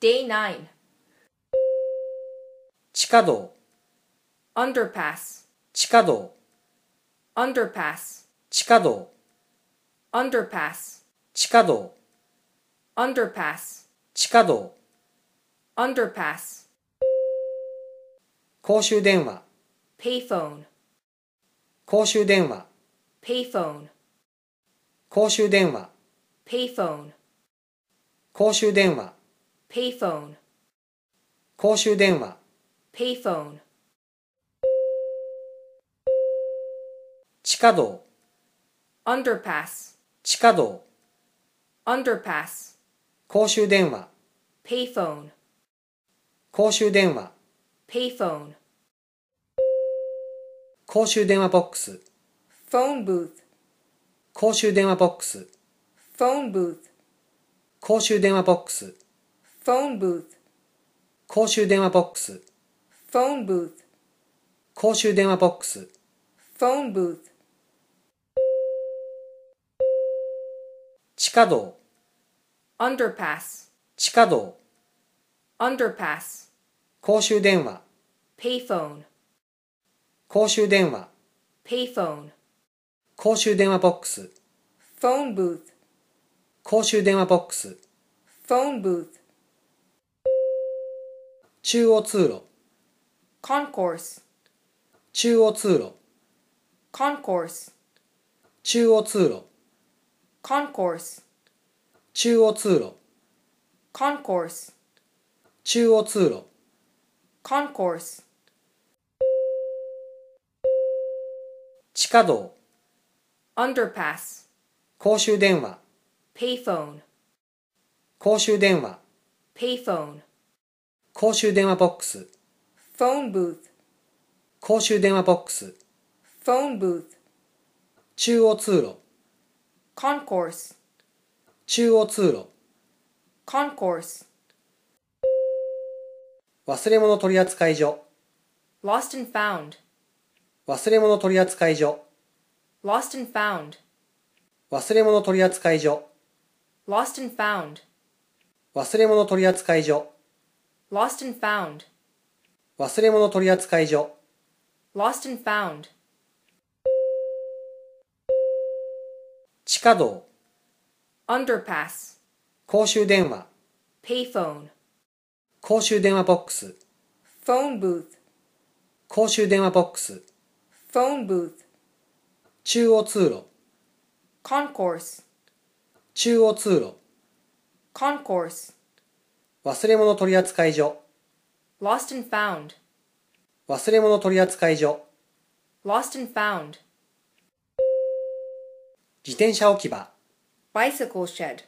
Day 9. 地下道、 Underpass. 地下道、 Underpass. 地下道、 Underpass. 地下道、 Underpass. 地下道、 Underpass. 公衆電話、 Payphone. 公衆電話、 Payphone. 公衆電話、 Payphone. 公衆電話、 Payphone. 公衆電話、 Payphone. 地下道、 Underpass. 地下道、 Underpass. 公衆電話、 Payphone. 公衆電話、 Payphone. 公衆電話ボックス、 Phone booth. 公衆電話ボックス、 Phone booth. 公衆電話ボックス、 Phone booth. 公衆電話ボックス、 Phone booth. 公衆電話ボックス、 Phone booth. 地下道、 Underpass. 地下道、 Underpass. 公衆電話、 Payphone. 公衆電話、 Payphone. 公衆電話ボックス、 Phone booth. 公衆電話ボックス、 Phone booth. 中央通路、 Concourse. 中央通路、 Concourse. 中央通路、 Concourse. 中央通路、 Concourse. 中央通路、 Concourse. 地下道、 Underpass. 公衆電話、 Payphone. 公衆電話、 Payphone. 公衆電話ボックス、 Phone booth. 公衆電話ボックス、 Phone booth. 中央通路、 Concourse. 中央通路、 Concourse. 忘れ物取扱所、 Lost and found. 忘れ物取扱所、 Lost and found. 忘れ物取扱所、 Lost and found. 忘れ物取扱所、 Lost and found. 忘れ物取扱所、 Lost and found. 地下道、 Underpass. 公衆電話、 Payphone. 公衆電話ボックス、 Phone booth. 公衆電話ボックス、 Phone booth. 中央通路、 Concourse. 中央通路、 Concourse. 忘れ物取扱所、 Lost and found. 忘れ物取扱所、 Lost and found. 自転車置き場、 Bicycle shed.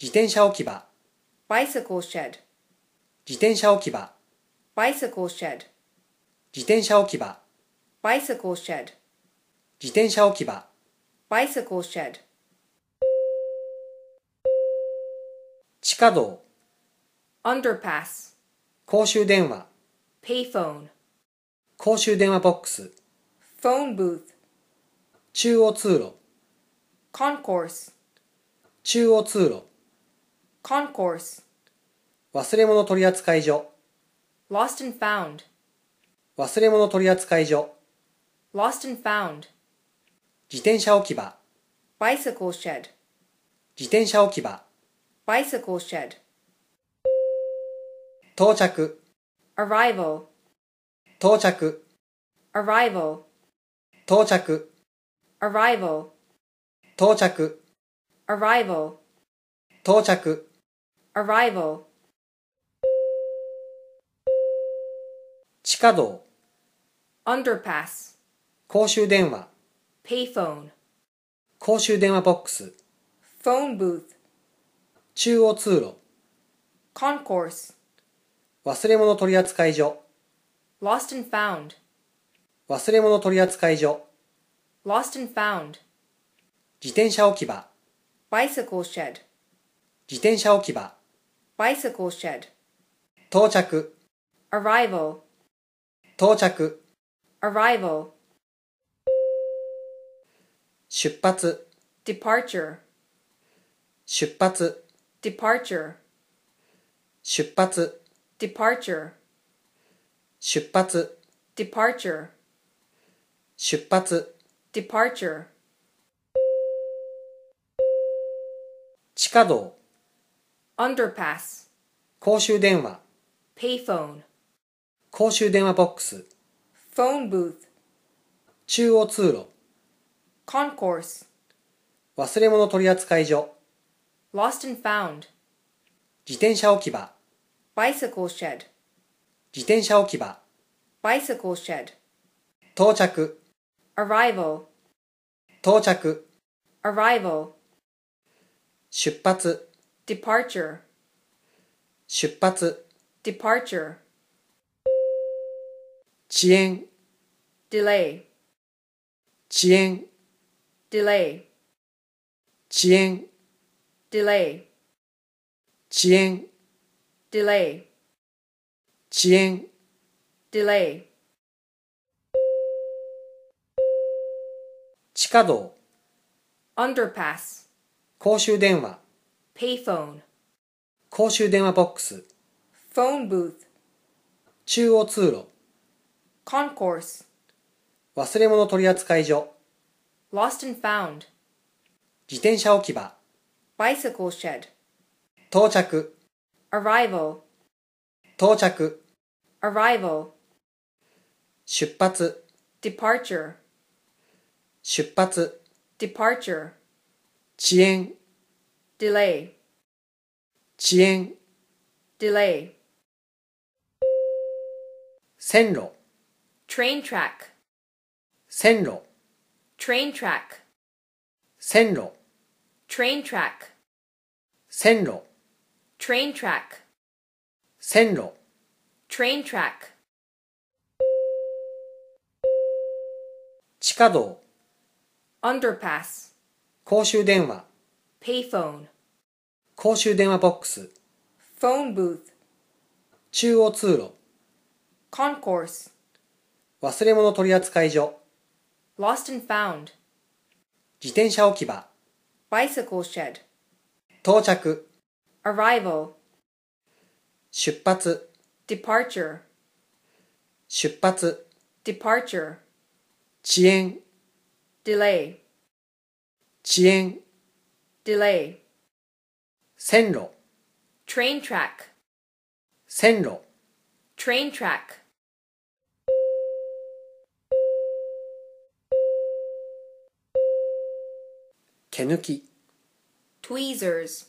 自転車置き場、 Bicycle shed. 自転車置き場、 Bicycle shed. 自転車置き場、 Bicycle shed. 自転車置き場、 Bicycle shed. 地下道、 Underpass. 公衆電話、 Payphone. 公衆電話ボックス、 Phone booth. 中央通路、 Concourse. 中央通路、 Concourse. 忘れ物取扱所、 Lost and found. 忘れ物取扱所、 Lost and found. 自転車置き場、 Bicycle shed. 自転車置き場、 Bicycle shed. 到着、 Arrival. 到着、 Arrival. 到着、 Arrival. 到着、 Arrival. 到着、 Arrival. 地下道、 Underpass. 公衆電話、 Payphone. 公衆電話ボックス、 Phone booth. 中央通路、 Concourse. 忘れ物取扱所、 Lost and found. 忘れ物取扱所、 Lost and found. 自転車置き場、 Bicycle shed. 自転車置き場、 Bicycle shed. 到着、 Arrival. 到着、 Arrival. 出発、 Departure. 出発、 Departure. 出出発、 departure, 出発、 departure, 出発。 departure, 地下道、 underpass, 公衆電話、 payphone, 公衆電話ボックス、 phone booth, 中央通路、 concourse, 忘れ物取扱所、 lost and found, 自転車置き場、 bicycle shed, 自転車置き場、 bicycle shed, 到着、 arrival, 到着、 arrival, 出発、 departure, 出発、 departure, 遅延、 delay, 遅延、 delay, 遅延、 delay, 遅延、 delay, 遅延、 delay, 地下道、 underpass, 公衆電話、 payphone, 公衆電話ボックス、 phone booth, 中央通路、 concourse, 忘れ物取扱所、 lost and found, 自転車置き場、 bicycle shed, 到着、 arrival, 到着、 arrival, 出発、 departure, 出発、 departure, 遅延、 delay, 遅延、 delay, 線路、 train track, 線路、 train track, 線路、 train track, 線路、 train track, 線路、 train track, 地下道、 underpass, 公衆電話、 payphone, 公衆電話ボックス、 phone booth, 中央通路、 concourse, 忘れ物取扱所、 lost and found, 自転車置き場、 bicycle shed, 到着、 arrival, 出発、 departure, 出発、 departure, 遅延、 delay, 遅延、 delay, 線路、 train track, 線路、 train track, 毛抜き、 tweezers,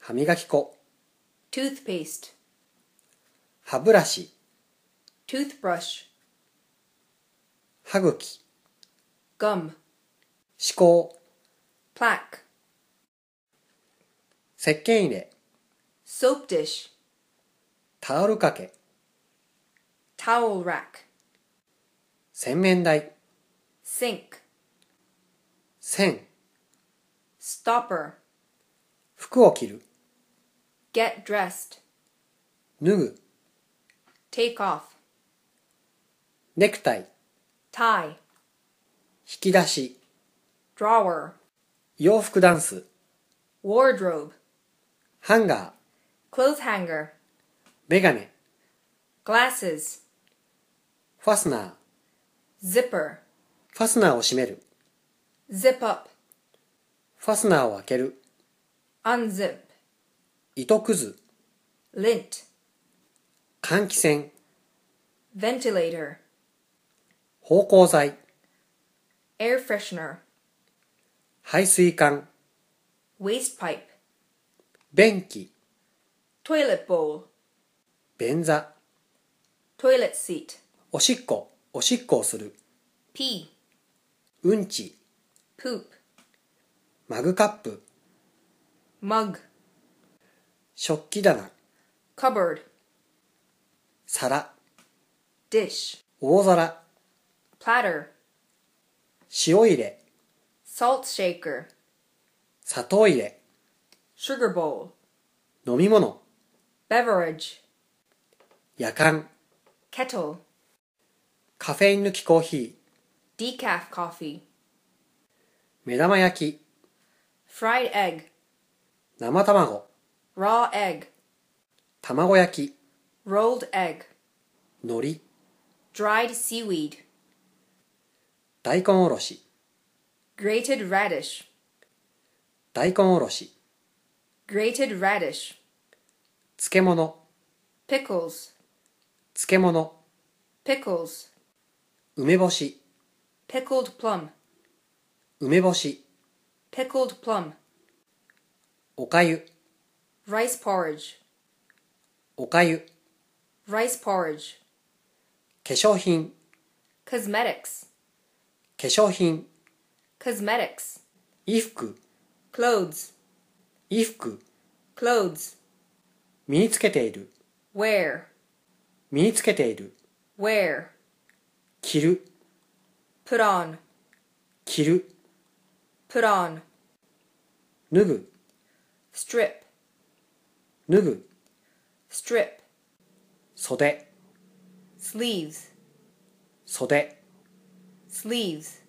歯磨き粉、 toothpaste, 歯ブラシ、 toothbrush, 歯茎、 gum, 歯垢、 plaque, 石鹸入れ、 soap dish, タオル掛け、 towel rack, 洗面台、 sink, 線、 stopper, 服を着る、 get dressed, 脱ぐ、 take off, ネクタイ、 tie, 引き出し、 drawer, 洋服ダンス、 wardrobe, ハンガー、 clothes hanger, メガネ、 glasses, ファスナー、 zipper, ファスナーを閉める、 zip up, ファスナーを開ける、 unzip, 糸くず、 lint, 換気扇、 ventilator, 芳香剤、 air freshener, 排水管、 waste pipe, 便器、 toilet bowl, 便座、 toilet seat, おしっこ、おしっこをする、 pee, うんち、 poop, マグカップ、 mug, 食器棚、 cupboard, 皿、 dish, 大皿、 platter, 塩入れ、 salt shaker, 砂糖入れ、 sugar bowl, 飲み物、 beverage, 夜間、 kettle, カフェイン抜きコーヒー、 decaf coffee, 目玉焼き、 fried egg, 生卵、 raw egg, 卵焼き、 rolled egg, 海苔、 dried seaweed, 大根おろし、 grated radish, 大根おろし、 grated radish, 漬物、 pickles, 漬物、 pickles, 梅干し、 pickled plum, 梅干し、 pickled plum, おかゆ、 rice porridge, おかゆ、 rice porridge, 化粧品、 cosmetics, 化粧品、 cosmetics, 衣服、 clothes, 衣服、 clothes, 身につけている、 wear, 身につけている、 wear, 着る、 put on, 着る、 put on, 脱ぐ、 strip, 脱ぐ、 strip, 袖、 sleeves, 袖、 sleeves,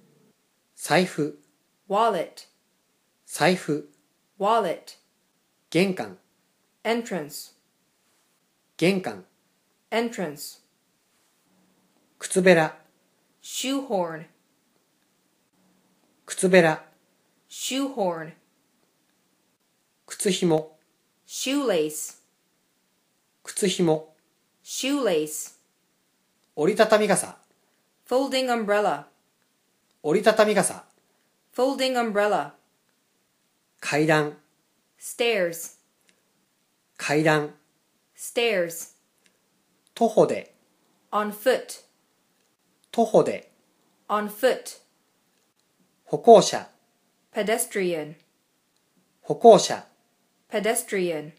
財布、 wallet, 財布、 wallet, 玄関、 entrance, 玄関、 entrance, 靴べら、 shoehorn, 靴べら、 shoehorn, 靴ひも、 shoelace, 靴ひも、 shoelace, 折りたたみ傘、 folding umbrella, 折りたたみ傘、 folding umbrella, 階段、 stairs, 階段、 stairs, 徒歩で、 on foot, 徒歩で、 on foot, 歩行者、 pedestrian, 歩行者、 pedestrian,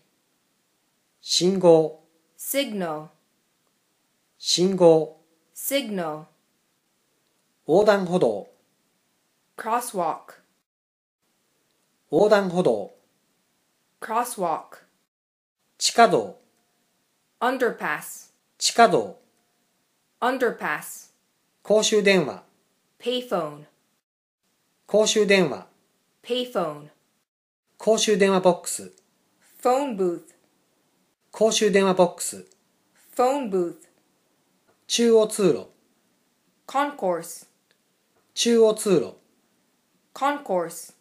信号、 signal, 信号、 signal, 横断歩道、 crosswalk, 横断歩道、 crosswalk, 地下道、 underpass, 地下道、 underpass, 公衆電話、 payphone, 公衆電話、 payphone, 公衆電話ボックス、 phone booth, 公衆電話ボックス、 phone booth, 中央通路、 concourse, 中央通路、 concourse,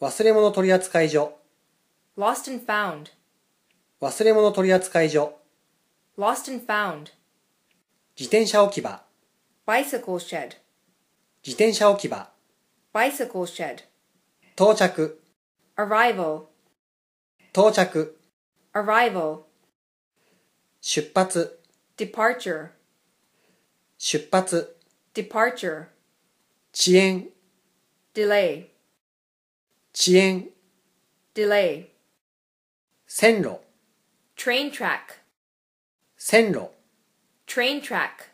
忘れ物取扱所、 lost and found, 忘れ物取扱所、 lost and found, 自転車置き場、 bicycle shed, 自転車置き場、 bicycle shed, 到着、 arrival, 到着、 arrival, 出発、 departure, 出発、 departure, 遅延、 delay, 遅延、 delay, 線路、 train track, 線路、 train track,